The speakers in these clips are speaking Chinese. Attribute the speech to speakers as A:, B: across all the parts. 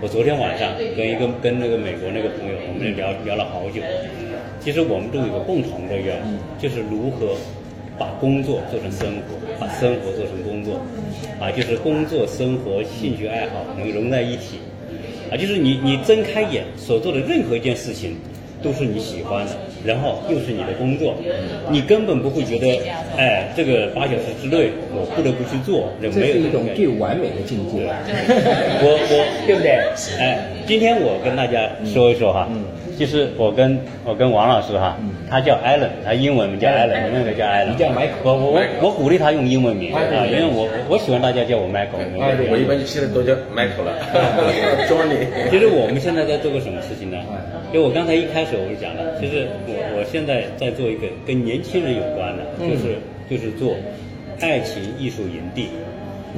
A: 我昨天晚上跟一个跟那个美国那个朋友，我们聊聊了好久。嗯其实我们都有个共同的愿
B: 嗯
A: 望，就是如何把工作做成生活，把生活做成工作，啊，就是工作、生活、兴趣爱好能融在一起，啊，就是你你睁开眼所做的任何一件事情，都是你喜欢的，然后又是你的工作，
B: 嗯
A: 你根本不会觉得，哎，这个八小时之内我不得不去做，
B: 这
A: 没有
B: 是一
A: 种
B: 种
A: 感觉
B: 最完美的境界。
A: 我我
B: 对不对？
A: 哎，今天我跟大家说一说哈，
B: 嗯
A: 就是我跟我跟王老师哈，
B: 嗯
A: 他叫 Allen，他英文名叫 Allen，你们也叫 Allen，
B: 你叫 Michael
A: 我我我我鼓励他用英文名啊
B: Michael，
A: 因为我我我喜欢大家叫我 Michael，你们
B: 哎
A: 也叫
B: 对
C: 我一般现在都叫 Michael 了 ，Johnny。
A: 其实我们现在在做个什么事情呢？
B: 哎
A: 因为我刚才一开始我就讲了，就是我我现在在做一个跟年轻人有关的，
B: 嗯
A: 就是、就是做爱情艺术营地。
B: 嗯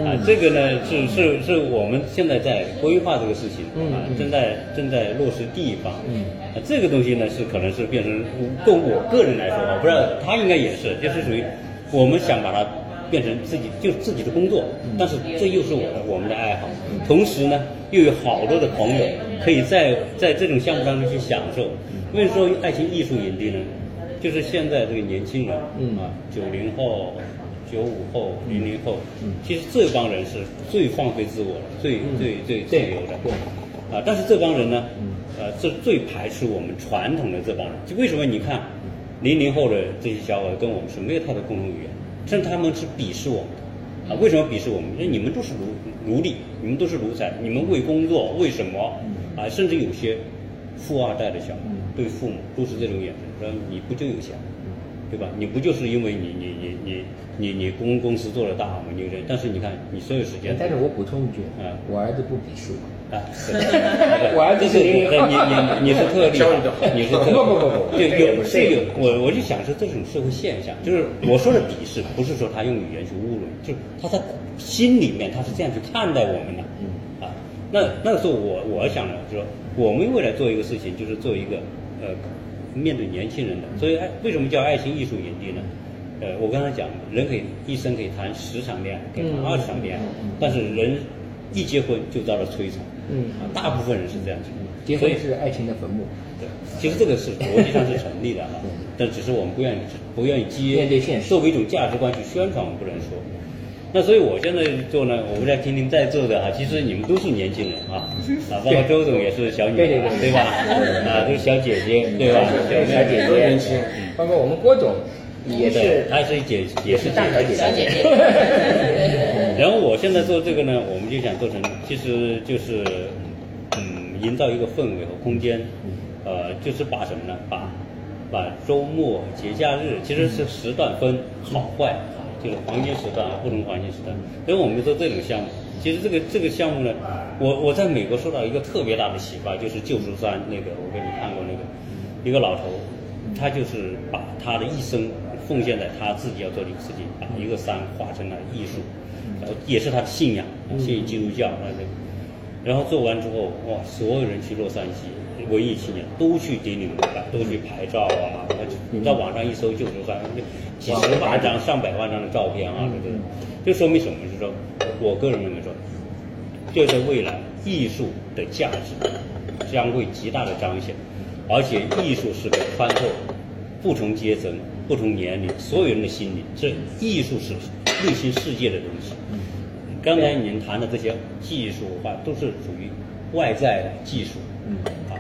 A: 啊，这个呢是是是我们现在在规划这个事情，
B: 嗯
A: 啊
B: 嗯，
A: 正在正在落实地方，
B: 嗯
A: 啊，这个东西呢是可能是变成对我个人来说啊，我不知道他应该也是，就是属于我们想把它变成自己就是自己的工作，
B: 嗯
A: 但是这又是我的我们的爱好，同时呢又有好多的朋友可以在在这种项目当中去享受。
B: 嗯
A: 为什么说爱情艺术营地呢？就是现在这个年轻人，
B: 嗯
A: 啊，九零后、九五后、零零后，
B: 嗯
A: 其实这帮人是最放飞自我的、最、最最自
B: 对
A: 由的，
B: 对
A: 啊，但是这帮人呢
B: 嗯，
A: 呃，这最排斥我们传统的这帮人。就为什么你看，零零后的这些小伙子跟我们是没有太多共同语言，甚至他们是鄙视我们的。啊，为什么鄙视我们？因为你们都是奴奴隶，你们都是奴才，你们为工作为什么？啊，甚至有些富二代的小孩
B: 嗯
A: 对父母都是这种眼神，说你不就有钱吗？对吧？你不就是因为你你你你你你公公司做的大吗？你有钱，但是你看你所有时间，
B: 但是我补充一句
A: 嗯，
B: 我儿子不鄙视我。
A: 啊，
B: 我儿子是
A: 你
B: 零零后
A: 你你你是特例啊
C: 教育的好，
A: 你是特例，
B: 不不不不
A: 就有
B: 这
A: 这
B: 个
A: 个，我我就想说这种社会现象，就是我说的鄙视，不是说他用语言去侮辱你，就是他在心里面他是这样去看待我们的，
B: 嗯
A: 啊，那那个时候我我想着说，我们未来做一个事情，就是做一个呃面对年轻人
B: 嗯
A: 的，所以爱为什么叫爱情艺术营地呢？呃，我刚才讲，人可以一生可以谈十场恋爱，可以谈二十场恋爱，但是人一结婚就遭到摧残，
B: 嗯
A: 啊，大部分人是这样子，
B: 结
A: 所
B: 婚
A: 以
B: 是爱情的坟墓，
A: 对，其实这个是逻辑上是成立的哈，啊但只是我们不愿意不愿意接
B: 嗯面对现实
A: 作为一种价值观去宣传，我们不能说。那所以我现在做呢，我不知道听听在座的啊，其实你们都是年轻人啊，啊，包括周总也是小女孩，
B: 嗯对对对嗯
A: 对吧？啊，都是小姐姐，对吧？
B: 对小姐
C: 都年轻
B: 姐，包括我们郭总也
A: 对
B: 是
A: 她是姐，也是
B: 大小姐
D: 小姐姐
A: 然后我现在做这个呢，我们就想做成，其实就是，嗯，营造一个氛围和空间，呃，就是把什么呢？把把周末、节假日，其实是时段分好坏，就是黄金时段、不同黄金时段。所以我们做这种项目，其实这个这个项目呢，我我在美国受到一个特别大的启发，就是旧石山那个，我给你看过那个，一个老头，他就是把他的一生奉献在他自己要做的一个事情，把一个山化成了艺术，然后也是他的信仰，信仰基督教那这个。然后做完之后，哇，所有人去洛杉矶，文艺青年都去顶礼膜拜，都去拍照啊，你到网上一搜就是说几十万张、上百万张的照片啊，这个，这说明什么？就是说，我个人认为说，就在未来，艺术的价值将会极大的彰显，而且艺术是可以穿透不同阶层、不同年龄所有人的心理，这艺术是内心世界的东西。刚才您谈的这些技术化都是属于外在的技术，
B: 嗯
A: 啊，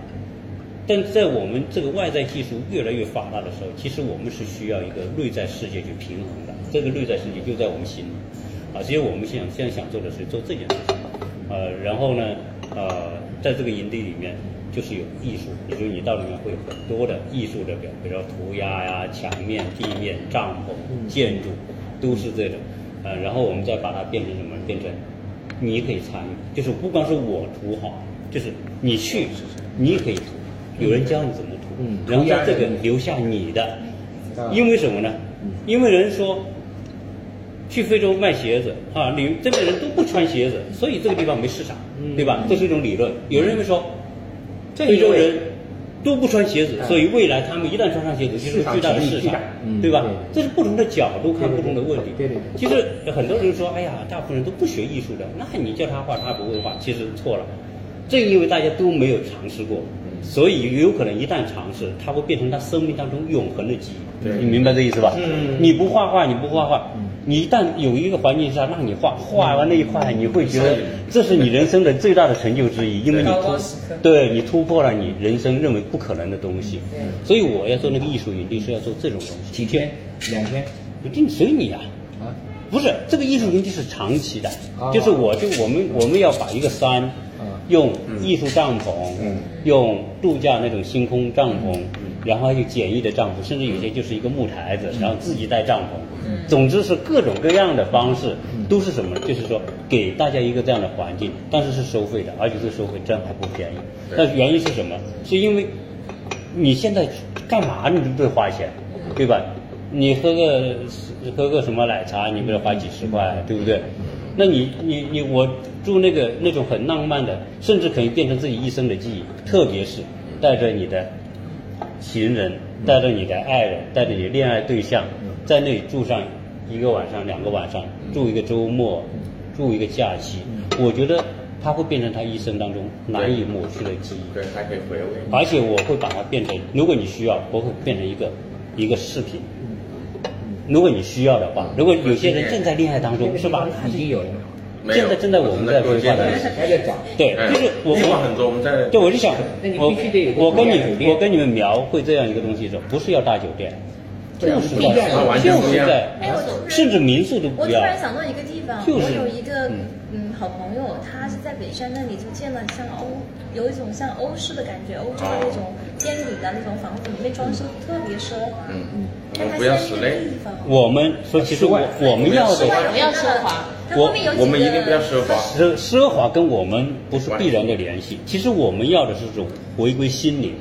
A: 但在我们这个外在技术越来越发达的时候，其实我们是需要一个内在世界去平衡的。这个内在世界就在我们心里，啊，所以我们想现在想做的是做这件事情，呃，然后呢，呃，在这个营地里面就是有艺术，也就是你到里面会有很多的艺术的表，比如说涂鸦呀、墙面、地面、帐篷、建筑，都是这种，呃，然后我们再把它变成什么？变成你可以参与，就是不光是我涂好，就是你去，你也可以涂，有人教你怎么涂，
B: 嗯
A: 然后
B: 涂鸦
A: 在这个
B: 人
A: 留下你的，
B: 啊
A: 因为什么呢？因为人说去非洲卖鞋子啊，你这边人都不穿鞋子，所以这个地方没市场，
B: 嗯
A: 对吧？这是一种理论。有人认为说，
B: 这
A: 非洲
B: 一位
A: 人都不穿鞋子，
B: 啊
A: 所以未来他们一旦穿上鞋子，就是
B: 市场
A: 巨大的
B: 潜力
A: 市
B: 巨
A: 场
B: 大嗯，
A: 对吧
B: 对？
A: 这是不同的角度看
B: 对
A: 不
B: 对
A: 同的问题。
B: 对对对
A: 其实很多人说，哎呀，大部分人都不学艺术的，那你叫他画，他不会画，其实错了。正因为大家都没有尝试过，所以有可能一旦尝试，它会变成他生命当中永恒的记忆。
C: 对
A: 你明白这意思吧？
B: 嗯
A: 你不画画，你不画画，你一旦有一个环境下让你画，画完那一块，你会觉得这是你人生的最大的成就之一，因为你
D: 高
A: 突
D: 光时刻
A: 对你突破了你人生认为不可能的东西。
D: 对
A: 所以我要做那个艺术引力是要做这种东西。
B: 几天？两天？
A: 不定随你啊。
B: 啊？
A: 不是，这个艺术营地是长期的，
B: 啊
A: 就是我就我们我们要把一个山，
B: 嗯
A: 用艺术帐篷，
B: 嗯
A: 用度假那种星空帐篷，然后还有简易的帐篷，甚至有些就是一个木台
B: 嗯
A: 子，然后自己带帐篷，总之是各种各样的方式，
B: 嗯
A: 都是什么？就是说给大家一个这样的环境，但是是收费的，而且这个收费真还不便宜。
C: 对
A: 但原因是什么？是因为你现在干嘛你都不得花钱，对吧？你喝个喝个什么奶茶，你不得花几十块，对不对？那你你你我住那个那种很浪漫的，甚至可以变成自己一生的记忆，特别是带着你的情人，带着你的爱人，带着你的恋爱对象，在那里住上一个晚上、两个晚上，住一个周末，住一个假期，我觉得它会变成他一生当中难以抹去的记忆。
C: 对，还可以回味。
A: 而且我会把它变成，如果你需要，我会变成一个一个视频。如果你需要的话，如果有些人正在恋爱当中，是吧？
B: 已经有了吗？
C: 没
A: 现在正在我们在规划的
C: 的，
B: 还在找。
A: 对，就是我
C: 计划
A: 我
C: 哎很多，我们在
A: 对，我就想
B: 那你，
A: 我
B: 必须得有个
A: 我跟
B: 酒
A: 你
B: 店
A: 我跟你们描绘这样一个东西的时候，不是要大酒店，
B: 对啊
A: 就是
B: 不一样
A: 在
B: 啊
C: 完全
A: 就
C: 不一
A: 是
C: 样
A: 在
D: 哎我突，然
A: 甚至民宿都
D: 我
A: 不
D: 突
A: 要。
D: 然想到一个地方，
A: 就是
D: 我有一个
A: 嗯
D: 嗯好朋友，他是在北山那里就建了像欧，有一种像欧式的感觉，欧洲的那种尖顶的那种房子，里面装修特别奢华。
C: 嗯，我
D: 但
C: 们
D: 他
C: 不
D: 现
C: 要
D: 在
C: 室
D: 那
C: 内
D: 个，地方，
A: 我们说，其实我我们要
D: 室
A: 的
D: 外
C: 我
D: 有
E: 们要奢华
D: 它后面有几个
C: 我们一定不要奢华。
A: 奢奢华跟我们不是必然的联系。其实我们要的是种回归心灵，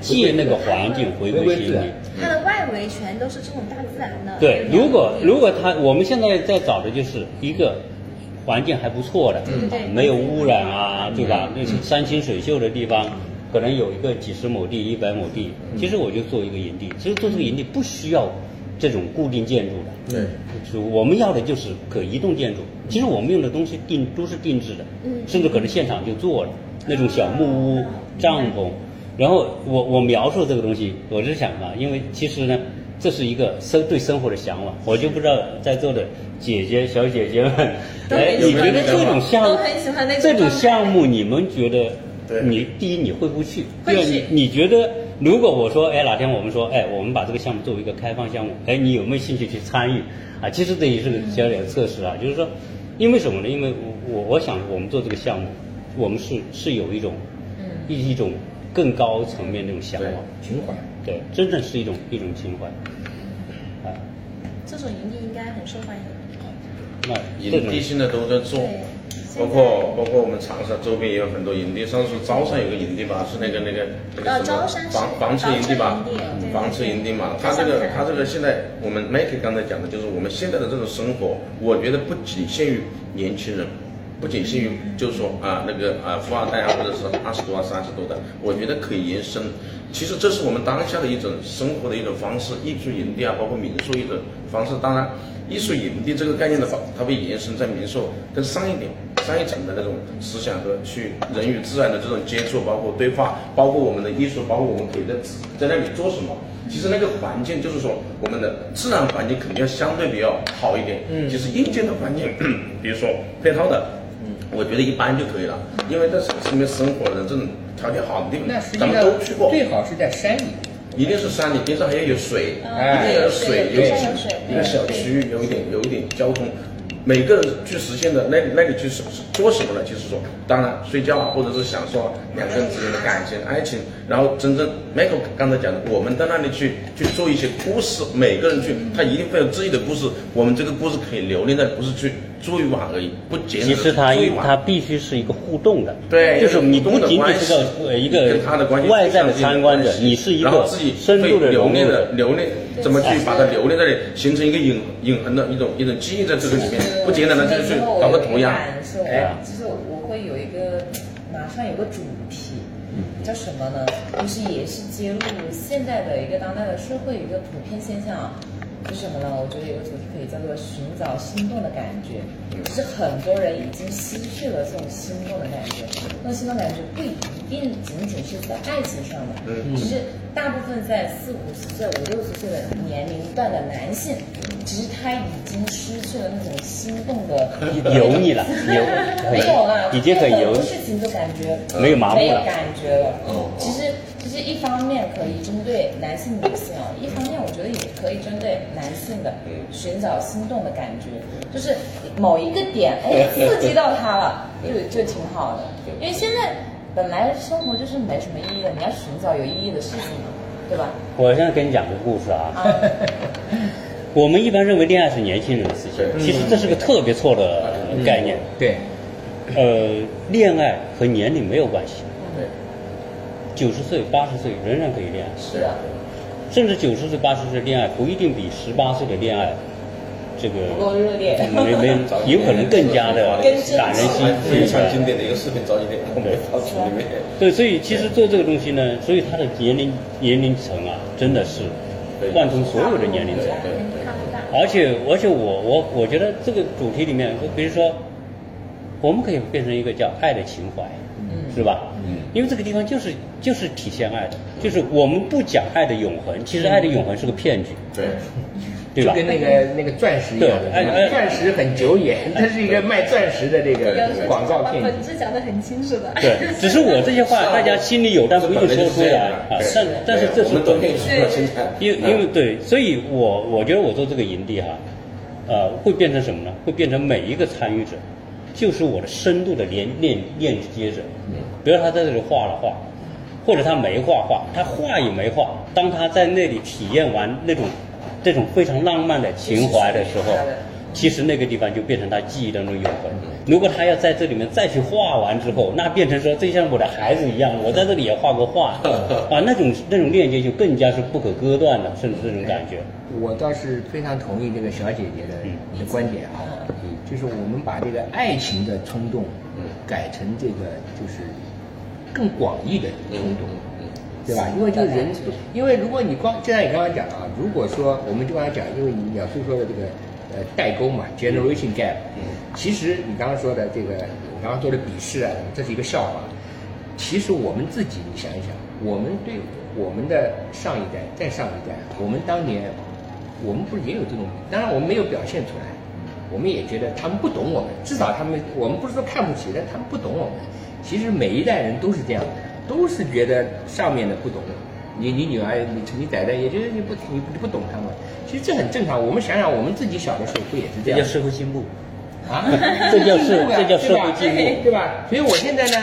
A: 借那个环境回归心
B: 回归自
A: 灵
B: 然。
D: 它的外围全都是这种大自然的。
A: 对，如果如果他我们现在在找的就是一个环境还不错的，
D: 嗯对嗯
A: 没有污染啊，对吧？那是山清水秀的地方，可能有一个几十亩地、一百亩地。其实我就做一个营地，其实做这个营地不需要这种固定建筑的，
C: 对，
A: 就是我们要的就是可移动建筑。其实我们用的东西定都是定制的，
D: 嗯
A: 甚至可能现场就做了那种小木屋、帐篷。然后我我描述这个东西，我是想啊，因为其实呢，这是一个生对生活的向往。我就不知道在座的姐姐、小姐姐们，
D: 都
A: 哎，
D: 很
A: 你
D: 喜
A: 觉
D: 欢
A: 得
C: 那
A: 这
C: 种
A: 种项
D: 都很喜欢那种
A: 这种
D: 状态
A: 项目，你们觉得
C: 对
A: 你第一你会不会去？
D: 会
A: 第二，
D: 去
A: 你你觉得如果我说，哎，哪天我们说，哎，我们把这个项目作为一个开放项目，哎，你有没有兴趣去参与？啊，其实这也是个小小的测试啊，就是说，因为什么呢？因为我我我想我们做这个项目，我们是是有一种
D: 嗯，
A: 一一种更高层面那种向往，
B: 情怀。
A: 对，真正是一种一种情怀，啊，
D: 这种营地应该很受欢迎。
A: 那这
C: 营
A: 种
C: 地现在都在做
D: 对，
C: 包括包括我们长沙周边也有很多营地。上次招商有个营地吧，是那个那个那
D: 呃
C: 个什
D: 招
C: 么
D: 商是
C: 房房车营地吧
D: 房车营地对，
C: 房车营地嘛
D: 对。
C: 它这
D: 在
C: 个
D: 上海
C: 它这个现在我们 Mike 刚才讲的就是我们现在的这种生活，我觉得不仅限于年轻人。不仅限于就是说啊那个啊富二代啊，或者是二十多啊三十多的，我觉得可以延伸。其实这是我们当下的一种生活的一种方式，艺术营地啊，包括民宿一种方式。当然，艺术营地这个概念的话，它会延伸在民宿跟商业点、商业层的那种思想和去人与自然的这种接触，包括对话，包括我们的艺术，包括我们可以在在那里做什么。其实那个环境就是说，我们的自然环境肯定要相对比较好一点。嗯，其实硬件的环境， 比如说配套的，嗯，我觉得一般就可以了。因为在城市里面生活的人，这种条件好的地
B: 那
C: 方
B: 实，际
C: 嗯咱
B: 上
C: 们都去过，
B: 最好是在山里。
C: 一定是山里边上还要有水，
B: 哎
C: 一定要有水，
D: 对
C: 有
D: 山有水
C: 一个小区域有一点有一点交通，每个人去实现的那那你去是是做什么呢？就是说，当然睡觉啊，或者是享受啊两个人之间的感情、爱情，然后真正 Michael 刚才讲的，我们到那里去去做一些故事，每个人去，他一定会有自己的故事，我们这个故事可以留恋在，不是去住一晚而已，不仅
A: 其
C: 仅
A: 实
C: 是
A: 它
C: 住一晚
A: 它必须是一个互动的，
C: 对
A: 就是你不仅仅是
C: 有
A: 个呃一个
C: 跟他的关系
A: 外在的参观者
C: 非常，近
A: 你是一
C: 然后
A: 个
C: 自己
A: 深度的
C: 留
A: 融入
C: 恋
A: 者
C: 的。留恋，怎么去把它留恋在这里，形成一个永永恒的一种一种记忆在这个里面，不简单的就是去搞个图样，
E: 是我
A: 哎
E: 就是我会有一个马上有个主题，
A: 嗯
E: 叫什么呢？就是也是揭露现在的一个当代的社会一个普遍现象，是什么呢？我觉得有个主题可以叫做“寻找心动的感觉”，就是很多人已经失去了这种心动的感觉。那种心动感觉不一定仅仅是在爱情上的，
C: 嗯
E: 其实大部分在四五十岁、五六十岁的年龄段的男性，其实他已经失去了那种心动 的
A: 油腻了，油
E: 没有啦，
A: 已经很
E: 对
A: 油
E: 很多
A: 腻，
E: 事情都感觉
A: 没有麻木了
E: 没有感觉了。
C: 哦
E: 其实其实一方面可以针对男性、女性啊，一方面我觉得也可以针对男性的
C: 嗯
E: 寻找心动的感觉，就是某一个点 哎刺激到他了，就就挺好的。因为现在本来生活就是没什么意义的，你要寻找有意义的事情嘛，对吧？
A: 我现在跟你讲个故事啊，
E: 啊，
A: 我们一般认为恋爱是年轻人的事情，
C: 对
A: 其实这是个特别错的概念。
B: 对，
A: 呃，恋爱和年龄没有关系，
E: 嗯
A: 九十岁、八十岁仍然可以恋爱，
E: 是的，
A: 甚至九十岁、八十岁的恋爱不一定比十八岁的恋爱这个
E: 不够热烈。
A: 没没有可能更加的感人心
C: 啊非
A: 切
C: 常。经典的一个视频，早几天我们放群里面。
A: 对，所以其实做这个东西呢，所以它的年龄年龄层啊，真的是贯通所有的年龄层。
C: 对 对
D: 看不到。
A: 而且而且我我我觉得这个主题里面，比如说，我们可以变成一个叫爱的情怀，
E: 嗯
A: 是吧？
C: 嗯
A: 因为这个地方就是就是体现爱的，就是我们不讲爱的永恒，其实爱的永恒是个骗局，
C: 对，
A: 对吧
B: 就？跟那个那个钻石一样
A: 对哎哎
B: 的，钻石很久远，它是一个卖钻石的这
C: 对
B: 个
C: 对对
B: 广告
D: 把
B: 骗
D: 本
B: 局。
D: 质讲得很清楚的。
A: 对，只是我这些 话
C: 是啊
A: 大家心里有，但不一定说出来啊。但但是这
C: 我
A: 是
C: 们都可以说现在，嗯
A: 因为因为对，所以我我觉得我做这个营地哈、呃，会变成什么呢？会变成每一个参与者，就是我的深度的连链链接者。比如他在这里画了画，或者他没画画，他画也没画。当他在那里体验完那种这种非常浪漫的情怀的时候
E: 是的，
A: 其实那个地方就变成他记忆当中永恒。如果他要在这里面再去画完之后，那变成说，就像我的孩子一样，我在这里也画过 画啊，那种那种链接就更加是不可割断的，甚至这种感觉。
B: 我倒是非常同意这个小姐姐
C: 嗯
B: 的的观点啊，就是我们把这个爱情的冲动
C: 嗯，
B: 改成这个就是更广义的
C: 嗯
B: 冲动。
C: 嗯
B: 对吧？因为这个人，因为如果你光，就像你刚刚讲啊，如果说我们就刚才讲，因为你鸟叔说的这个呃代沟嘛，generation gap，
C: 嗯
B: 其实你刚刚说的这个，我刚刚说的鄙视啊，这是一个笑话。其实我们自己，你想一想，我们对我们的上一代、再上一代，我们当年，我们不是也有这种？当然，我们没有表现出来，我们也觉得他们不懂我们，至少他们，我们不是说看不起，但他们不懂我们。其实每一代人都是这样的，都是觉得上面的不懂你，你女儿，你你仔仔也觉得你不你不不懂他们。其实这很正常，我们想想我们自己小的时候不也是
A: 这
B: 这样
A: 叫
B: 吗？
A: 社会进步。
B: 啊，
A: 这叫 社
C: 啊
A: 这叫社
B: 对吧
A: 会进步
C: 哎
B: 对吧？所以我现在呢，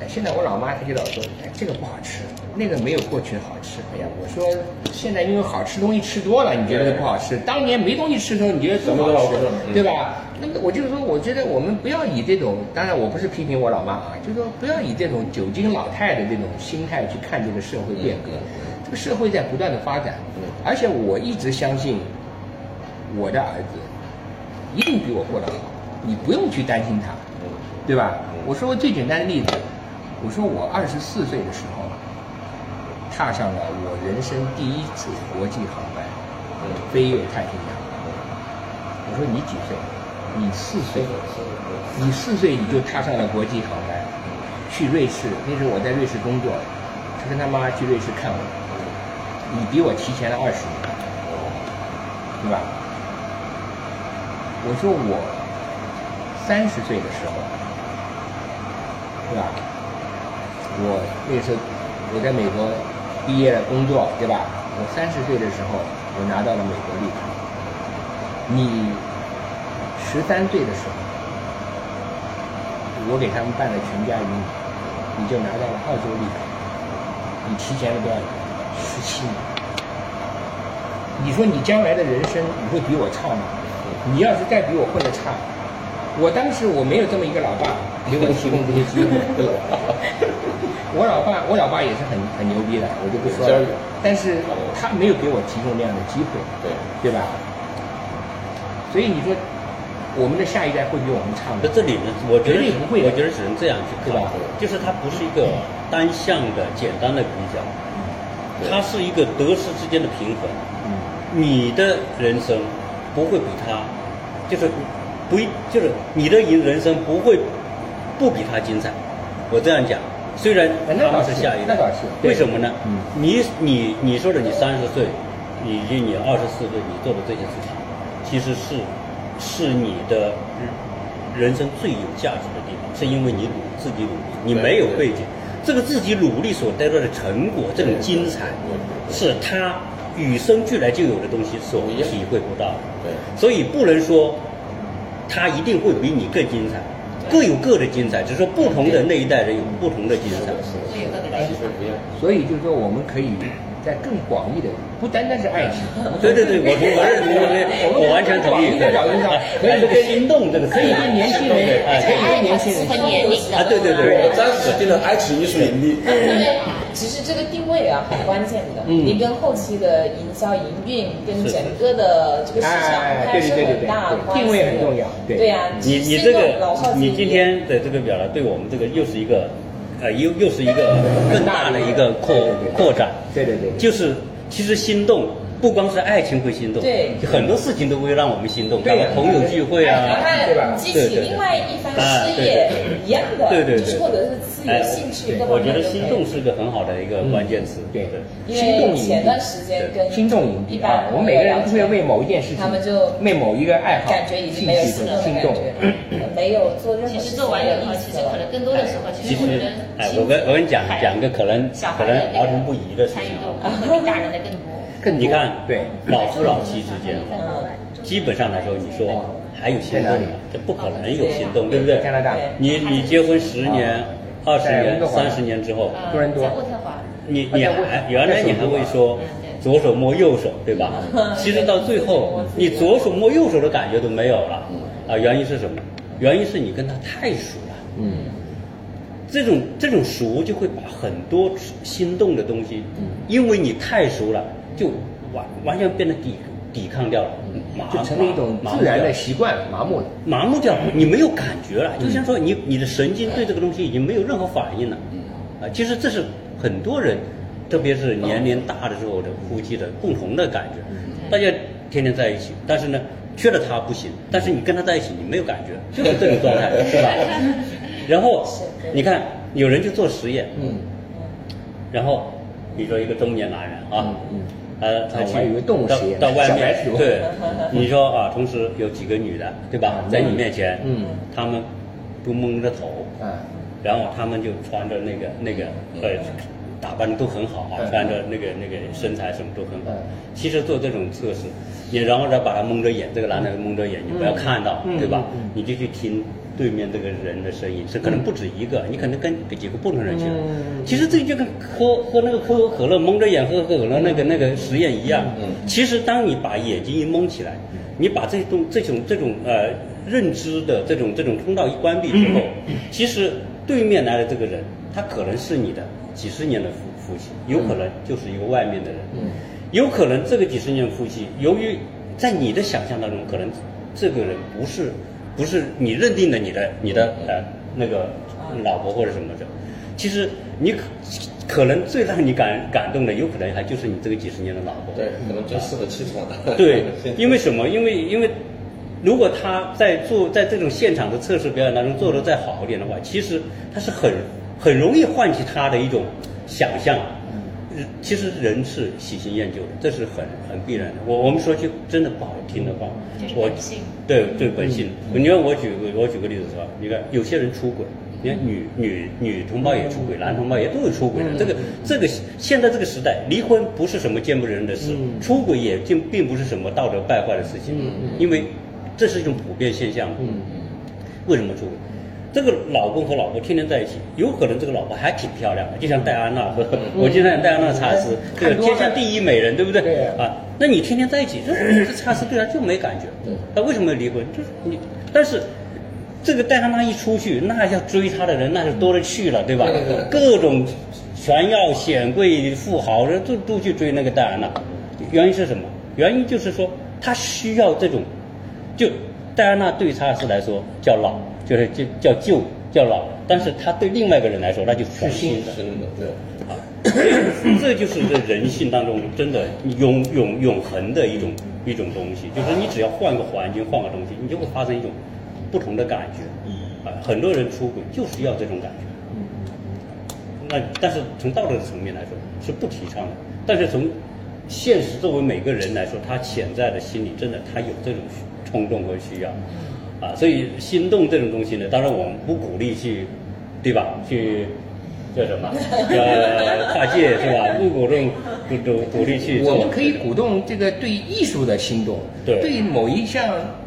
B: 哎现在我老妈她就老说，哎，这个不好吃，那个没有过去好吃。哎呀，我说现在因为好吃东西吃多了，你觉得不好吃？当年没东西吃的时候，你觉得多好吃
C: 什么都好，吃
B: 对吧？那么我就是说，我觉得我们不要以这种，当然我不是批评我老妈啊，就是说不要以这种久经老态的这种心态去看这个社会变革
C: 嗯嗯。
B: 这个社会在不断的发展
C: 嗯，
B: 而且我一直相信我的儿子一定比我过得好，你不用去担心他，对吧？我说过最简单的例子，我说我二十四岁的时候，踏上了我人生第一次国际航班，飞越太平洋。我说你几岁？你四岁，你四岁嗯你就踏上了国际航班，去瑞士。那时候我在瑞士工作，他跟他妈去瑞士看我，你比我提前了二十年，对吧？我说我三十岁的时候，对吧？我那时候我在美国毕业了工作，对吧？我三十岁的时候，我拿到了美国绿卡。你十三岁的时候，我给他们办了全家移民，你就拿到了澳洲绿卡。你提前了多少年？十七年。你说你将来的人生，你会比我差吗？你要是再比我混得差，我当时我没有这么一个老爸给我提供这些机会。我老爸，我老爸也是很很牛逼的，我就不说了。但是他没有给我提供那样的机会，
C: 对，
B: 对吧？所以你说，我们的下一代会比我们差吗
A: 那？这里呢，我觉得
B: 绝对不会的
A: 我觉得只能这样去
B: 对
A: 看
B: 吧，
A: 就是它不是一个单嗯向的简单的比较，它是一个得失之间的平衡。
B: 嗯，
A: 你的人生不会比他，就是不一就是你的人人生不会不比他精彩。我这样讲，虽然
B: 哎那
A: 他
B: 倒
A: 们
B: 是
A: 下一代，
B: 那倒是对
A: 为什么呢？
B: 嗯
A: 你你你说的你三十岁，以及你二十四岁你做的这些事情，其实是是你的人生最有价值的地方，是因为你努自己努力，你
C: 对
A: 没有背
C: 对
A: 景，这个自己努力所得到的成果，这种精彩，是他与生俱来就有的东西所体会不到的。
C: 对
A: 所以不能说他一定会比你更精彩，各有各的精彩，只是说不同的那一代人有不同的精彩。
E: 对有那个点。
C: 不一样。
B: 所以就是说，我们可以在更广义的，不单单是爱情，
E: 嗯
A: 对对对，我同我认同，我我完全同意。
B: 在
A: 对
B: 讨论上，可以
A: 但是
B: 跟
A: 心动这个词
B: 可以跟年轻人，
A: 哎
B: 可以跟年轻
F: 和年
B: 人。
F: 龄的
A: 啊，对对
C: 我
A: 对，
C: 暂时定了爱情艺术营地，
E: 因为其实这个定位啊很关键的，
B: 嗯
E: 你跟后期的营销、营运跟
A: 是
E: 整个的这个市场
B: 哎
E: 还是
B: 对对对
E: 很大
B: 对对
E: 关系的。
B: 定位很重要对
E: 对啊呀，
A: 你你
E: 新
A: 这
E: 用老少
A: 个
E: 皆宜
A: 你今天的这个表达，对我们这个又是一个，呃，又又是一个更大的一个扩扩展。
B: 对对对，
A: 就是其实心动不光是爱情会心动，
E: 对
A: 很多事情都会让我们心动，
B: 对呀
A: 包括朋友聚会
E: 然
A: 啊，
B: 对吧
E: 后激起另外一番事业
A: 啊对对
E: 一样的，
A: 对对对
E: 就是或者是自己
A: 哎
E: 的兴趣
B: 对
E: 各
A: 我觉
E: 方面
A: 得
E: 都
A: 心
E: 可以
A: 动是个很好的一个关键词，
B: 嗯对
A: 对。
B: 心动
E: 因为
B: 营
E: 前段
B: 地，
E: 时间跟
B: 心动营
E: 一
B: 地啊
E: 般，
B: 我们每个人都会为某一件事情，
E: 他们就
B: 为某一个爱好，
E: 感觉已经没有
B: 兴趣
E: 心动的
B: 心
E: 感
B: 动。
E: 觉，呃没有做任何
F: 其
E: 事
F: 实
E: 情
F: 做完以
E: 有
F: 后，
E: 意
F: 其
E: 思
F: 实
E: 了。
F: 可能更多的时候，其
A: 其
F: 实我
A: 实
F: 觉得，
A: 哎，我跟我跟你讲
F: 孩
A: 讲个可能
F: 小
A: 可
F: 孩的
A: 能
F: 那
A: 儿
F: 个
A: 童不宜的事
F: 参
A: 情
F: 与度
A: 啊，
F: 会比大人的更多。
B: 更多
A: 你看，
B: 对，
A: 老夫老妻之间啊哈，
D: 嗯
A: 基本上来说，你说还有心动
B: 在哪里
A: 吗？这不可能有心动，对不对？
B: 加拿大
E: 对
A: 你你结婚十年、二十
B: 在温
A: 年、
B: 哥华
A: 三十年之后，
F: 呃
B: 多人多
F: 在渥太华，
A: 你你
B: 啊在
A: 还
B: 我
A: 原来你还会说左手摸右手，对吧？其实到最后，你左手摸右手的感觉都没有了，啊，原因是什么？原因是你跟他太熟了，
B: 嗯。
A: 这种这种熟就会把很多心动的东西，因为你太熟了，就完完全变得抵抵抗掉了，麻啊
B: 就成了一种自然的习惯，麻木了。
A: 麻木掉了，你没有感觉了，就像说你你的神经对这个东西已经没有任何反应了。啊，其实这是很多人，特别是年龄大的时候的夫妻的共同的感觉。大家天天在一起，但是呢，缺了他不行，但是你跟他在一起，你没有感觉，就是这种状态，是吧？然后你看，有人就做实验，
B: 嗯，
A: 然后比如说一个中年男人啊，
B: 嗯
A: 呃，他
B: 啊
A: 去
B: 我还以为动物
A: 到
B: 实验
A: 到外
B: 小白
A: 面
B: 鼠，
A: 对，你说啊，同时有几个女的，对吧
B: 啊，
A: 在你
B: 嗯
A: 面前，
B: 嗯，
A: 他们都蒙着头，
B: 啊，
A: 然后他们就穿着那个那个呃，打扮的都很好啊，
B: 嗯
A: 穿着那个那个身材什么都很好
B: 嗯。
A: 其实做这种测试，你然后再把他蒙着眼，这个男的蒙着眼，你不要看到，
B: 嗯
A: 对吧
B: 嗯嗯？
A: 你就去听对面这个人的声音，是可能不止一个，你可能跟跟几个不同人去了
B: 嗯。
A: 其实这就跟喝喝那个可口可乐蒙着眼喝可口可乐那个那个实验一样。
B: 嗯
A: 其实当你把眼睛一蒙起来，你把这种这种这种呃认知的这种这种通道一关闭之后，
B: 嗯
A: 其实对面来的这个人，他可能是你的几十年的夫夫妻，有可能就是一个外面的人，
B: 嗯
A: 有可能这个几十年夫妻，由于在你的想象当中，可能这个人不是不是你认定的你的你的
B: 嗯
A: 呃那个老婆或者什么的，其实你可可能最让你感感动的，有可能还就是你这个几十年的老婆。
C: 对，可能最适合气场 的。
A: 对，因为什么？因为因为如果他在做在这种现场的测试表演当中做得再好一点的话，其实他是很很容易唤起他的一种想象。人其实人是喜新厌旧的，这是很很必然的。我我们说句真的不好听的话，
F: 就是
A: 我
F: 本性
A: 对对本性。你看我举个我举个例子说，你看有些人出轨，你看女女女同胞也出轨，男同胞也都有出轨的。这个这个现在这个时代，离婚不是什么见不得人的事，
B: 嗯
A: 出轨也并并不是什么道德败坏的事情，
B: 嗯嗯
A: 因为这是一种普遍现象。
B: 嗯
A: 为什么出轨？这个老公和老婆天天在一起，有可能这个老婆还挺漂亮的，就像戴安娜和、 我经常讲戴安娜查斯，对
B: 嗯看
A: 吧，
B: 多了
A: 天下第一美人，对不对？
B: 对
A: 啊，那你天天在一起， 这这查斯对他就没感觉，他为什么要离婚？就是你，但是。这个戴安娜一出去，那要追她的人那就多了去了，对吧？各种炫耀、显贵、富豪，人都都去追那个戴安娜。原因是什么？原因就是说，她需要这种就戴安娜对查尔斯来说叫老，就是就叫舅，叫老，但是他对另外一个人来说，那就是全新的。
C: 真的 对。
A: 啊， 这就是这人性当中真的永永永恒的一种一种东西，就是你只要换个环境，换个东西，你就会发生一种不同的感觉。啊，很多人出轨就是要这种感觉。那但是从道德的层面来说是不提倡的，但是从现实作为每个人来说，他潜在的心理真的他有这种冲动和需要，啊，所以心动这种东西呢，当然我们不鼓励去，对吧？去叫什么？呃，跨界是吧？不鼓励不鼓鼓励去做。
B: 我们可以鼓动这个对艺术的心动，
A: 对
B: 某一项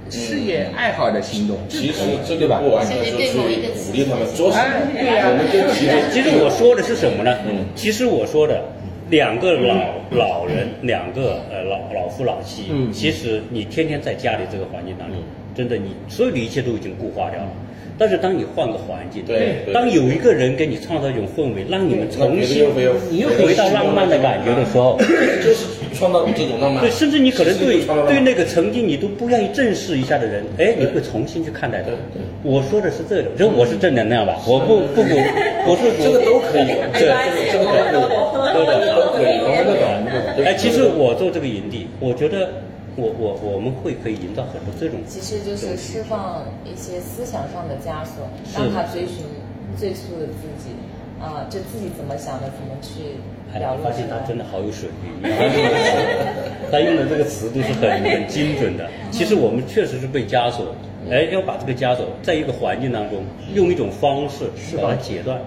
B: 事业
E: 嗯
B: 爱好的心动，
C: 其实这
B: 对
C: 个
B: 吧？
C: 不完全是属于鼓励他们作死，
B: 哎对呀
A: 啊
C: 我们就提
A: 对，其实我说的是什么呢？
C: 嗯
A: 其实我说的，两个老老人，两个呃老老夫老妻，
B: 嗯
A: 其实你天天在家里这个环境当
C: 嗯
A: 中，真的你所有的一切都已经固化掉了。但是当你换个环境，
C: 对对
A: 当有一个人给你创造一种氛围，让你们重新
C: 那别人又
A: 你又回到浪漫的感觉的时候，
C: 就是创造这种浪漫，
A: 对，甚至你可能对
C: 是创造浪
A: 对
C: 漫
A: 那个曾经你都不愿意正视一下的人，哎，你会重新去看待他
C: 对对。
A: 我说的是这种，就我是正能量吧，我不不 不，我是不
C: 这个都可以，这个这个都可以，
A: 对的
C: 这个都可以，我们都懂对对。
A: 哎，其实我做这个营地，我觉得我我我们会可以营造很多这种，
E: 其实就是释放一些思想上的枷锁，
A: 是
E: 让他追寻最初的自己，啊、就自己怎么想的，怎么去
A: 哎
E: 表，露
A: 发
E: 出
A: 现他
E: 来。
A: 真的好有水平，他用的词 他用的这个词都是很很精准的。其实我们确实是被枷锁，
E: 嗯
A: 哎，要把这个枷锁在一个环境当中，用一种方式把它解断，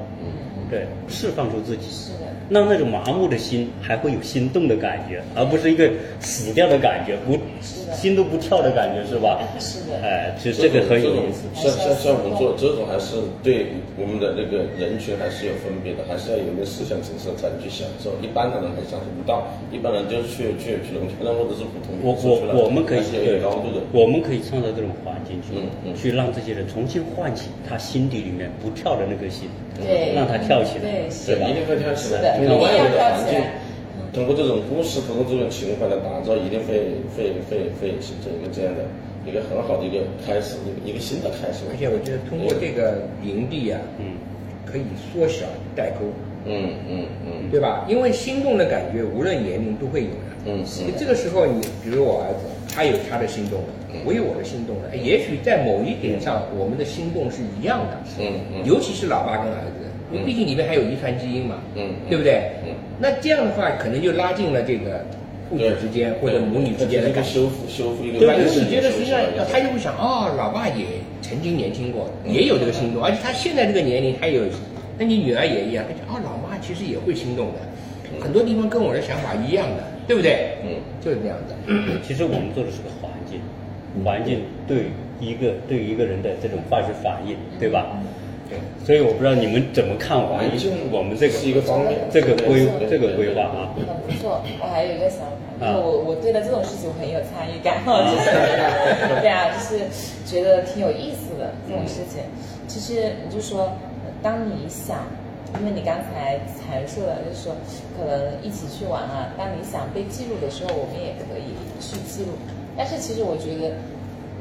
A: 对，释放出自己。
E: 嗯是的，
A: 让那种麻木的心还会有心动的感觉，而不是一个死掉的感觉，不
E: 是的
A: 心都不跳的感觉，是吧？
E: 是的
A: 哎，其实这个很有意思。
C: 像像像我们做这种，还是对我们的那个人群还是有分别的，还是要有一个思想层次才能去享受。一般的人还享受不到，一般人就是去去去农村啊或者是普通
A: 我我我们可以
C: 还是有
A: 对
C: 一个高度的。
A: 我们可以创造这种环境去、
C: 嗯嗯
A: 去让这些人重新唤起他心底里面不跳的那颗心，
E: 对
A: 让他跳起来，
E: 对
A: 对
E: 是
A: 吧
C: 一？定会跳起
E: 是的
C: 来，通过外面的环
E: 一定要跳起
C: 境
E: 来，
C: 通过这种故事，通过这种情怀的打造，一定会会会会形成一个这样的一个很好的一个开始，一个一个新的开始。
B: 而且我觉得通过这个营地啊，
A: 嗯，
B: 可以缩小代沟，
C: 嗯嗯嗯
B: 对吧？因为心动的感觉无论年龄都会有的。
C: 嗯嗯，
B: 这个时候你，比如我儿子，他有他的心动了，
C: 嗯
B: 我有我的心动了。哎也许在某一点上，我们的心动是一样的。
C: 嗯嗯
B: 尤其是老爸跟儿子，因为毕竟里面还有遗传基因嘛，
C: 嗯
B: 对不对？
C: 嗯
B: 那这样的话，可能就拉近了这个父子
C: 对
B: 之间或者母女之间的
C: 一个
B: 感情。
C: 修复修复一个
B: 对，
C: 关
B: 因为
C: 系
B: 你觉得实际上
C: 修复一个
B: 他就会想，哦，老爸也曾经年轻过，也有这个心动，而且他现在这个年龄还有，那你女儿也一样，她想，哦，老妈其实也会心动的，很多地方跟我的想法一样的，对不对？
C: 嗯，
B: 就是这样子。
A: 其实我们做的是个环境，
C: 嗯
A: 环境对一个对一个人的这种化学反应，
C: 嗯
A: 对吧？
B: 对，
A: 所以我不知道你们怎么看我们
C: 环境
A: 我们这个
C: 是一个方面
A: 这个规
E: 对
A: 这个规划啊。
E: 很不错，我还有一个想法，
A: 啊
E: 就我我对待这种事情我很有参与感， 就是 对啊，就是觉得挺有意思的这种事情。其实你就说，呃当你想，因为你刚才阐述了，就是说可能一起去玩啊，当你想被记录的时候，我们也可以去记录。但是其实我觉得，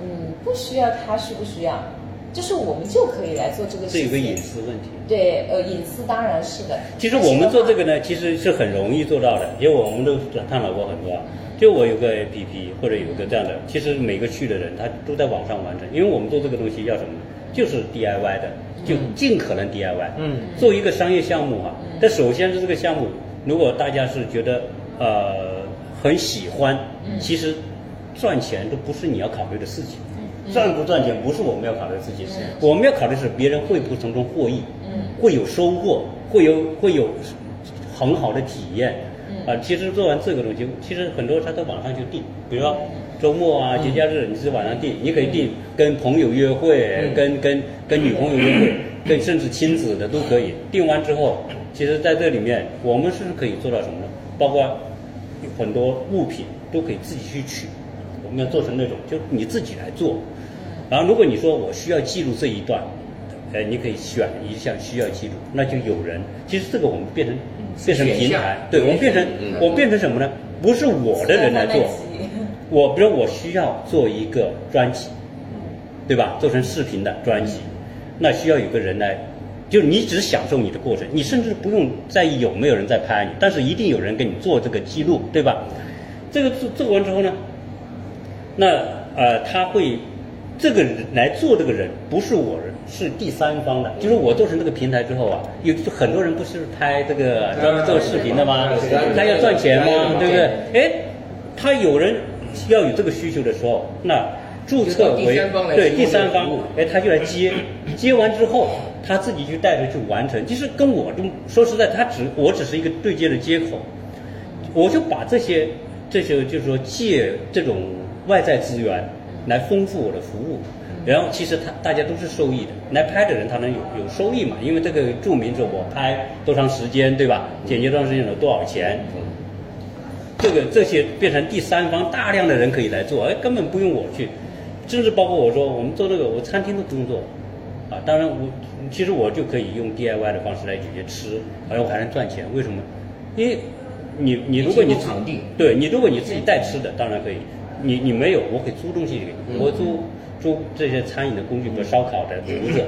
E: 嗯，不需要他需不需要，就是我们就可以来做这个事
A: 这有
E: 情。
A: 个隐私问题。
E: 对，呃，隐私当然是的。
A: 其实我们做这个呢，其实是很容易做到的，因为我们都探讨过很多啊。就我有个 APP 或者有个这样的，其实每个去的人他都在网上完成，因为我们做这个东西要什么呢？就是 DIY 的，就尽可能 DIY。
B: 嗯
A: 做一个商业项目啊，但首先是这个项目，如果大家是觉得呃很喜欢，其实赚钱都不是你要考虑的事情。赚不赚钱不是我们要考虑的事情，我们要考虑的是别人会不会从中获益，会有收获，会有会有很好的体验。啊、其实做完这个东西，其实很多他在网上就订，比如说周末啊、节假日，你是网上订，你可以订跟朋友约会，跟跟跟女朋友约会，跟甚至亲子的都可以。订完之后，其实在这里面，我们是可以做到什么呢？包括很多物品都可以自己去取，我们要做成那种，就你自己来做。然后，如果你说我需要记录这一段，呃，你可以选一项需要记录，那就有人。其实这个我们变成变成
B: 选
A: 平
B: 项
A: 台，对我们变成
C: 嗯
A: 我变成什么呢？不是我的人来做，我比如我需要做一个专辑，对吧？做成视频的专辑，那需要有个人来，就是你只享受你的过程，你甚至不用在意有没有人在拍你，但是一定有人给你做这个记录，对吧？这个做做完之后呢，那呃他会这个人来做这个人不是我人。是第三方的，就是我做成这个平台之后啊，有很多人不是拍这个做视频的吗？他要赚钱吗？对不对？哎，他有人要有这个需求的时候，那注册为对第三方，哎，他就来接， 接完之后他自己就带着去完成。其实跟我就说实在，他只我只是一个对接的接口，我就把这些这些就是说借这种外在资源来丰富我的服务。然后其实他大家都是受益的，来拍的人他能有有收益嘛？因为这个注明说我拍多长时间，对吧？剪辑多长时间有多少钱？这个这些变成第三方，大量的人可以来做，哎，根本不用我去，甚至包括我说我们做这个，我餐厅都不用做，啊，当然我其实我就可以用 DIY 的方式来解决吃，而我还能赚钱，为什么？因为你你如果你
B: 你提供场地
A: 对你如果你自己带吃的，当然可以，你你没有，我可以租东西给你，我租。租这些餐饮的工具，比如烧烤的炉子，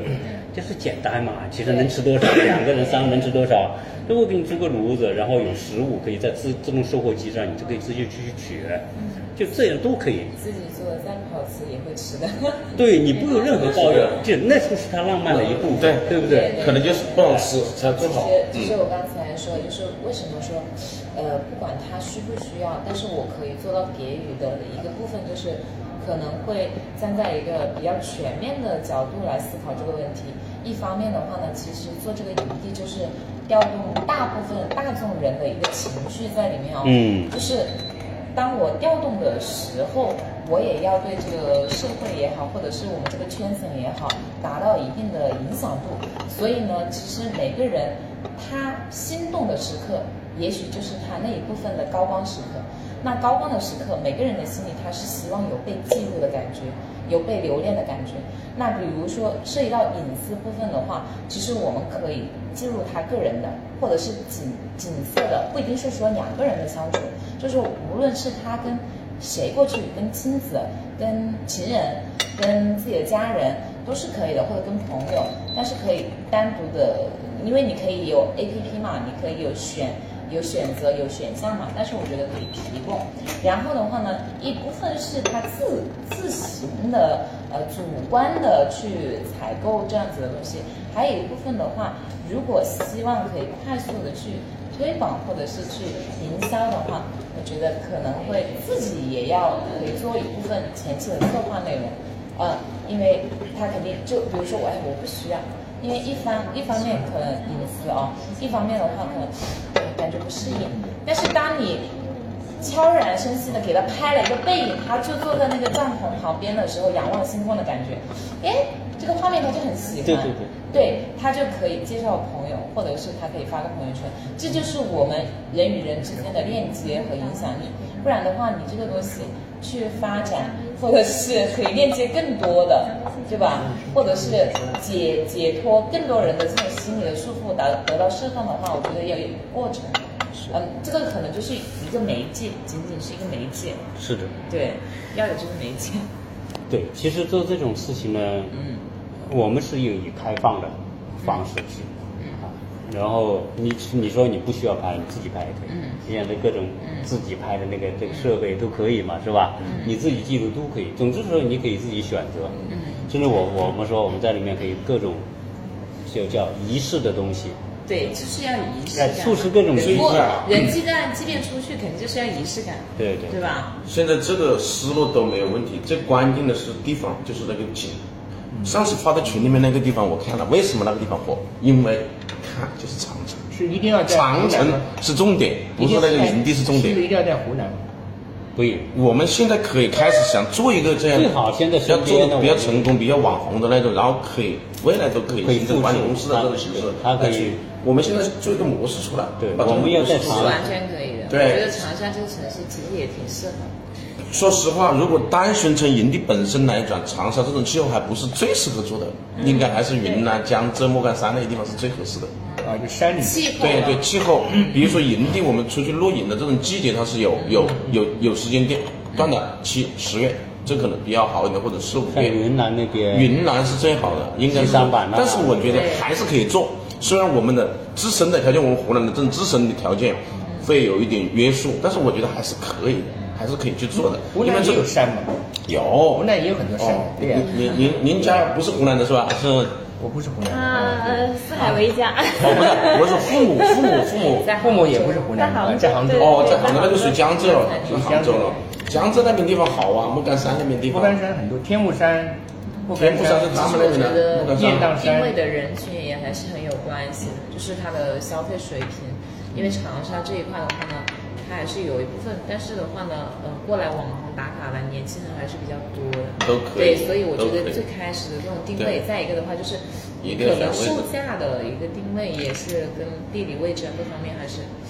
A: 就是简单嘛。其实能吃多少，两个人、三个人吃多少，那我给你租个炉子，然后有食物可以在自自动售货机上，你就可以自己去取，就这样都可以。
E: 自己做的但不好吃也会吃 的。
A: 对你不有任何抱怨，就那就是它浪漫的一部分，对不对？
C: 可能就是不好吃才
E: 就
C: 做好。嗯
E: 是就是我刚才说，就是为什么说，呃，不管他需不需要，但是我可以做到给予的一个部分，就是可能会站在一个比较全面的角度来思考这个问题。一方面的话呢，其实做这个营地就是调动大部分大众人的一个情绪在里面哦，
A: 嗯
E: 就是当我调动的时候，我也要对这个社会也好，或者是我们这个圈层也好，达到一定的影响度。所以呢，其实每个人他心动的时刻，也许就是他那一部分的高光时刻。那高光的时刻，每个人的心里他是希望有被记录的感觉，有被留恋的感觉。那比如说涉及到隐私部分的话，其实我们可以记录他个人的，或者是景景色的，不一定是说两个人的相处，就是无论是他跟谁过去，跟亲子、跟情人、跟自己的家人都是可以的，或者跟朋友，但是可以单独的，因为你可以有 A P P 嘛，你可以有选。有选择有选项嘛，但是我觉得可以提供。然后的话呢，一部分是他自自行的呃主观的去采购这样子的东西，还有一部分的话，如果希望可以快速的去推广或者是去营销的话，我觉得可能会自己也要可以做一部分前期的策划内容，呃，因为他肯定就比如说我哎我不需要，因为一方一方面可能隐私哦，一方面的话可能呃感觉不适应，但是当你悄然生息的给他拍了一个背影，他就坐在那个帐篷旁边的时候，仰望星空的感觉，哎，这个画面他就很喜欢，
A: 对对对
E: 对他就可以介绍朋友，或者是他可以发个朋友圈，这就是我们人与人之间的链接和影响力。不然的话，你这个东西去发展，或者是可以链接更多的，对吧？或者是解解脱更多人的这种心理的束缚，达得到释放的话，我觉得要有一个过程。嗯，这个可能就是一个媒介，仅仅是一个媒介，
A: 是的，
E: 对，要有这个媒介，
A: 对。其实做这种事情呢，
E: 嗯，
A: 我们是以开放的方式去，啊，然后你你说你不需要拍，你自己拍也可以
E: 嗯。
A: 现在的各种
E: 嗯
A: 自己拍的那个这个设备都可以嘛，是吧？你自己记录都可以。总之说，你可以自己选择。甚至我我们说我们在里面可以各种就叫仪式的东西，
E: 对，就是要有仪式
A: 来
E: 感，
A: 促使各种
E: 人
A: 仪式
E: 过
C: 感
E: 人既然即便出去，肯定就是要仪式感，
A: 对对
E: 对吧？
C: 现在这个思路都没有问题，最关键的是地方，就是那个景。
A: 嗯
C: 上次发到群里面那个地方，我看了，为什么那个地方火？因为看就是长城，
B: 是一定要在湖
C: 长
B: 南
C: 城
B: 吗？
C: 是重点，不是那个营地是重
B: 是不是
C: 点。
B: 一定要在湖南吗？
A: 不以。
C: 我们现在可以开始想做一个这样，
A: 最好现在
C: 要
A: 身
C: 做
A: 边的
C: 的
A: 我
C: 比较成功、比较网红的那种，然后可以未来都可以
A: 可以
C: 形成管理
A: 复制
C: 公司的这种形式
A: 它可以
C: 来去。我们现在做一个模式出来，
A: 对
C: 把这个
A: 我们要
C: 模式
A: 在
C: 出
A: 长
C: 来
E: 完全可以的。
C: 对
E: 我觉得长沙这个城市其实也挺适合。
C: 说实话，如果单纯从营地本身来讲，长沙这种气候还不是最适合做的，
B: 嗯
C: 应该还是云南、江浙、莫干山那些地方是最合适的。
B: 啊，就山里。
E: 气候
C: 对
E: 嘛
C: 对，气候，
B: 嗯
C: 比如说营地，我
B: 嗯
C: 们出去露营的这种季节，它是有有有有时间段段的，七十月、这可能比较好一点，或者四五
A: 像
C: 遍。
A: 云南那边，
C: 云南是最好的，应该是
A: 西双版纳
C: 但是我觉得
E: 对
C: 还是可以做，虽然我们的自身的条件，我们湖南的这种自身的条件会有一点约束，但是我觉得还是可以的，还是可以去做的。
B: 湖
C: 因为
B: 南
C: 这
B: 也
C: 个
B: 有山嘛，
C: 有
B: 湖南也有很多山
C: 哦，
B: 对呀
C: 您您您您家不是湖南的是吧？是哦，
B: 我不是湖南人，
F: 啊，四海为家。
C: 不 是，我是父母父母父 母
B: 父母也不是湖南
F: 在杭
B: 人，
F: 州
B: 在杭州。
F: 对
C: 哦，在杭州那就属于江浙了，属于
B: 江
C: 杭
B: 浙
C: 州了。江浙那边地方好啊，莫干山那边地
B: 莫
C: 方。
B: 干山很多，天目山，莫干
C: 天目山是他们那边的莫干
B: 雁荡
C: 山。
E: 定
B: 山
E: 位的人群也还是很有关系的，就是它的消费水平。因为长沙这一块的话呢，它还是有一部分，但是的话呢，呃，过来网红打卡的年轻人还是比较多的。
C: 都可以
E: 对，所以我
C: 都
E: 觉
C: 可以
E: 得最开始的这种定
C: 对
E: 位，再一个的话就是，
C: 一定要
E: 可能
C: 选位置
E: 售价的一个定位也是跟地理位置啊各方面还是。呃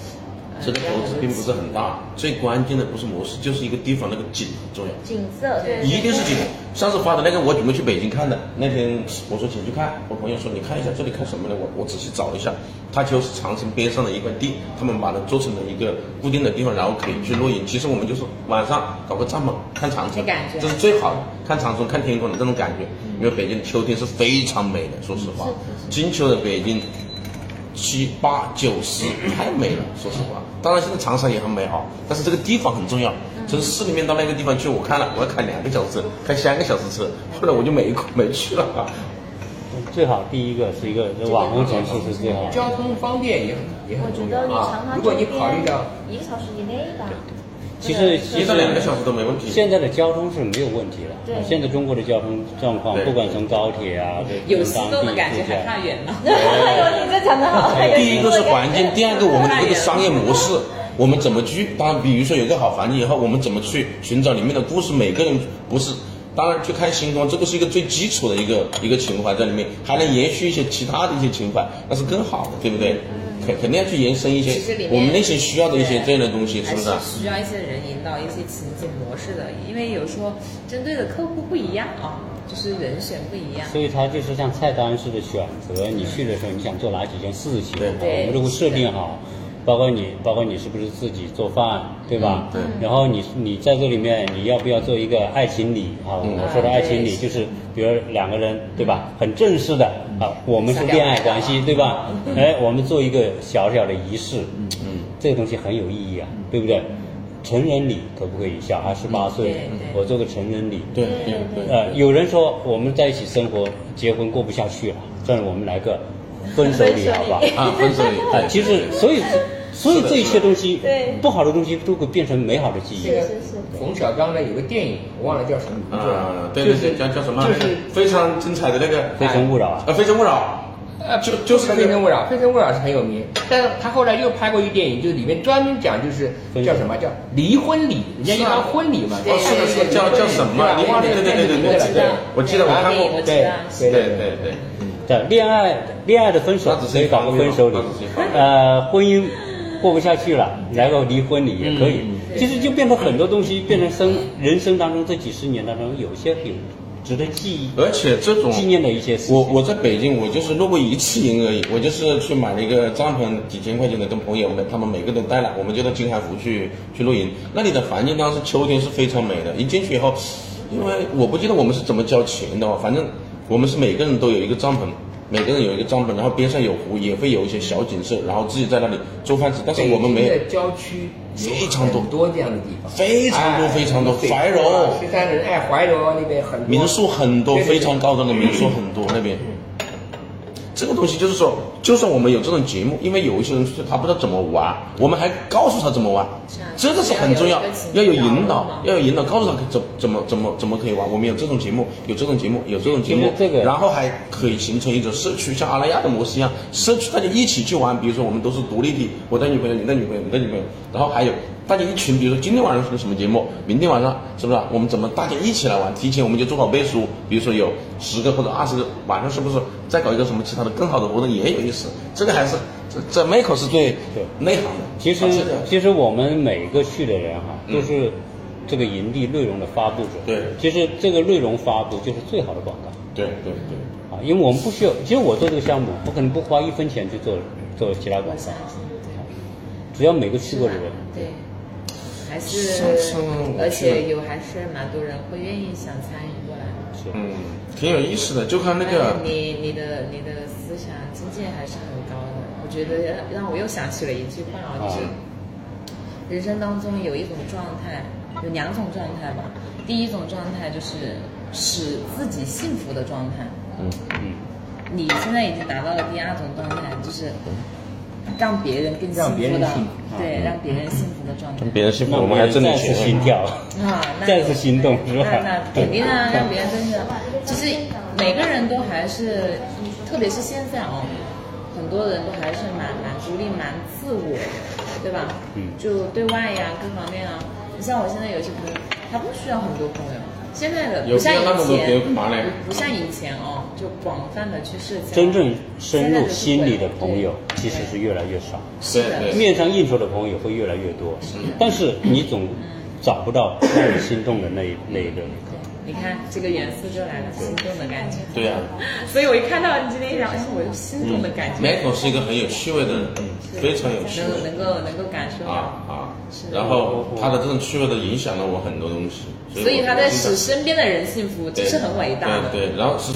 C: 这个投资并不是很大，最关键的不是模式，就是一个地方那个景很重要。
D: 景色 对，
C: 一定是景。上次发的那个，我准备去北京看的。那天我说请去看，我朋友说你看一下这里看什么呢？我我仔细找了一下，它就是长城边上的一块地，他们把它做成了一个固定的地方，然后可以去
D: 嗯
C: 露营。其实我们就是晚上搞个帐篷看长城
E: 这感，觉
C: 这是最好的，看长城看天空的这种感觉。
D: 嗯
C: 因为北京秋天是非常美的，说实话，金秋的北京七八九十太美了，说实话。当然，现在长沙也很美好，但是这个地方很重要。从市里面到那个地方去，我看了，我要开两个小时，开三个小时车，后来我就没没去了。
A: 最好第一个是一个网红城市是最好的。
B: 交通方便也很也
D: 我
B: 很
D: 觉
B: 重
D: 得你
B: 要
D: 长
B: 啊
D: 沙。
B: 如果
D: 这
B: 你
D: 边
B: 考虑到
D: 一个小时以内吧，
A: 其实其
C: 一
A: 实
C: 到两个小时都没问题。
A: 现在的交通是没有问题了。
D: 对
A: 现在中国的交通状况
C: 对，
A: 不管从高铁啊，
E: 有
A: 从
E: 心
A: 当地
E: 动的感觉，
A: 自
C: 啊
E: 还
A: 驾
E: 怕 远呢。
D: 哎呦，你这讲 的好，
C: 第一个是环境，第二个我们的这个商业模式，我们怎么去？当然，比如说有个好环境以后，我们怎么去寻找里面的故事？每个人不是，当然去看星空，这个是一个最基础的一个一个情怀在里面，还能延续一些其他的一些情怀，那是更好的，对不对？肯肯定要去延伸一些
E: 嗯其实里面
C: 我们内心需要的一些这样的东西，是
E: 还
C: 不是
E: 是
C: 啊？
E: 需要一些人引导一些情景模式的，因为有时候针对的客户不一样啊、就是人选不一样。
A: 所以它就是像菜单式的选择，你去的时候你想做哪几件事情，啊
C: 对
A: 我们都会设定好。包括你，包括你是不是自己做饭，对吧？
C: 嗯
A: 然后你你在这里面，你要不要做一个爱情礼啊？
C: 嗯
A: 我说的爱情礼
E: 啊
A: 就
E: 对
A: 是，比如两个人，对吧？很正式的啊，我们是恋爱关系，对吧？哎，我们做一个小小的仪式，
C: 嗯，
A: 这个东西很有意义啊，对不对？成人礼可不可以？小孩十八岁
E: 对，对
A: 我做个成人礼，
C: 对对对。
A: 呃，有人说我们在一起生活，结婚过不下去了，这样我们来个分手礼，好吧？
C: 啊，分手礼
A: 啊，其实所以所以这一切东西
D: 对，
A: 不好的东西都会变成美好的记忆
B: 这。个
D: 是是是
B: 冯小刚呢有个电影，我忘了叫什么名字
C: 啊
B: 了，，
C: 对
B: 就
C: 对
B: 是
C: 对，叫叫什么？
B: 就是
C: 非常精彩的那个
A: 非诚勿扰啊
C: 啊，非诚勿扰，
B: 呃，
C: 就就是那个
B: 非诚勿扰》，《非诚勿扰》是很有名，但是他后来又拍过一个电影，就是里面专门讲就是
A: 分手
B: 叫什么叫离婚礼，人家一般婚礼嘛，
C: 哦，是的，是的，叫叫什么？
B: 我忘了
C: 对对对对
B: 对
C: 对对对，我记得我看过，
E: 对
B: 对
C: 对对
B: 对
C: 对。
A: 对，恋爱恋爱的分手
C: 那只是
A: 可以搞个分手礼
C: 那只是一，方面
A: 呃，婚姻过不下去了，来个离婚礼也可
C: 嗯
A: 以。其实就变成很多东西，变成生人生当中这几十年当中，有些有值得记忆、
C: 而且这种
A: 纪念的一些事情。
C: 呃我我在北京，我就是露过一次营而已，我就是去买了一个帐篷，几千块钱的，跟朋友们他们每个人带了，我们就到金海湖去去露营。那里的环境当时秋天是非常美的，一进去以后，因为我不记得我们是怎么交钱的哦，反正我们是每个人都有一个帐篷。每个人有一个帐篷，然后边上有湖，也会有一些小景色，然后自己在那里做饭吃。但是我们没有
B: 北京的郊区有
C: 非常多
B: 很多这样的地方，
C: 非常多
B: 哎
C: 非常多
B: 对
C: 怀柔
B: 十三人哎，怀柔那边很多
C: 民宿很多，
B: 对对对
C: 非常高端的民宿很多那边。这个东西就是说，就算我们有这种节目，因为有一些人是他不知道怎么玩，我们还告诉他怎么玩，这个是很重要，要
E: 啊要
C: 有
E: 有一个
C: 引导，
E: 引导
C: 要有引导，告诉他怎怎么怎么怎么可以玩。我们有这种节目，有这种节目，有这种节目，
A: 其实这个
C: 然后还可以形成一种社区，像阿拉亚的模式一样，社区大家一起去玩。比如说我们都是独立体，我带女朋友，你带女朋友，你带女朋友，然后还有大家一群，比如说今天晚上是个什么节目，明天晚上是不是啊、我们怎么大家一起来玩？提前我们就做好背书，比如说有十个或者二十个，晚上是不是再搞一个什么其他的更好的活动也有意思？这个还是这这妹口是最
A: 对
C: 内行的。
A: 其实
C: 啊这个
A: 其实我们每个去的人哈、
C: 嗯
A: 都是这个营地内容的发布者。
C: 对
A: 其实这个内容发布就是最好的广告
C: 对对对，
A: 啊，因为我们不需要，其实我做这个项目，我可能不花一分钱去做做其他广
E: 我
A: 告
E: 相，信，
C: 啊
A: 只要每个去过的人，
E: 对，还是
C: 上上我
E: 而
C: 去了
E: 且有还是蛮多人会愿意想参与过来。
A: 是
C: 嗯，挺有意思的，就和那
E: 但
C: 个嗯
E: 是你你的你的思想境界还是很高的，我觉得让让我又想起了一句话啊，就是
A: 啊
E: 人生当中有一种状态，有两种状态吧。第一种状态就是使自己幸福的状态，
C: 嗯
A: 嗯，
E: 你现在已经达到了第二种状态，就是让别人更幸
B: 让别
E: 福
B: 人
E: 的
B: 幸福，啊嗯
E: 对，让别人幸福的状态。
C: 别人幸福，
A: 那
C: 嗯我们还真得
A: 再
C: 去
A: 次心跳，
E: 啊，那
A: 再次心动是吧
E: 那那肯定啊，让别人真的，其实每个人都还是，特别是现在哦，很多人都还是蛮蛮独立、蛮自我的，对吧？
A: 嗯
E: 就对外呀、各方面啊，你像我现在有些朋友，他不需要很多朋友。现在的
C: 有
E: 不像
C: 必要那么多
E: 以
C: 朋友
E: 前
C: 干嘛嘞，
E: 不像以前哦，就广泛的去社交。
A: 真正深入心里的
E: 现在就不会
A: 朋友
E: 了对
A: 其实是越来越少，
C: 对
E: 是的
C: 对，
A: 面上应酬的朋友会越来越多，但是你总找不到让你心动的那一那一个。
E: 你看这个元素就来了，心动的感觉。
C: 对啊呀、
E: 所以我一看到你今天想，哎，我有心动的感觉。
C: Michael 是一个很有趣味的人，
E: 嗯
C: 非常有趣
E: 能
C: 味
E: 能够能够感受
C: 啊
E: 到。
C: 啊
E: 是。
C: 然后他的这种趣味的影响了我很多东西，
E: 所以
C: 我
E: 他在
C: 经常
E: 使身边的人幸福，这
C: 对
E: 是很伟大的。
C: 对对，然后是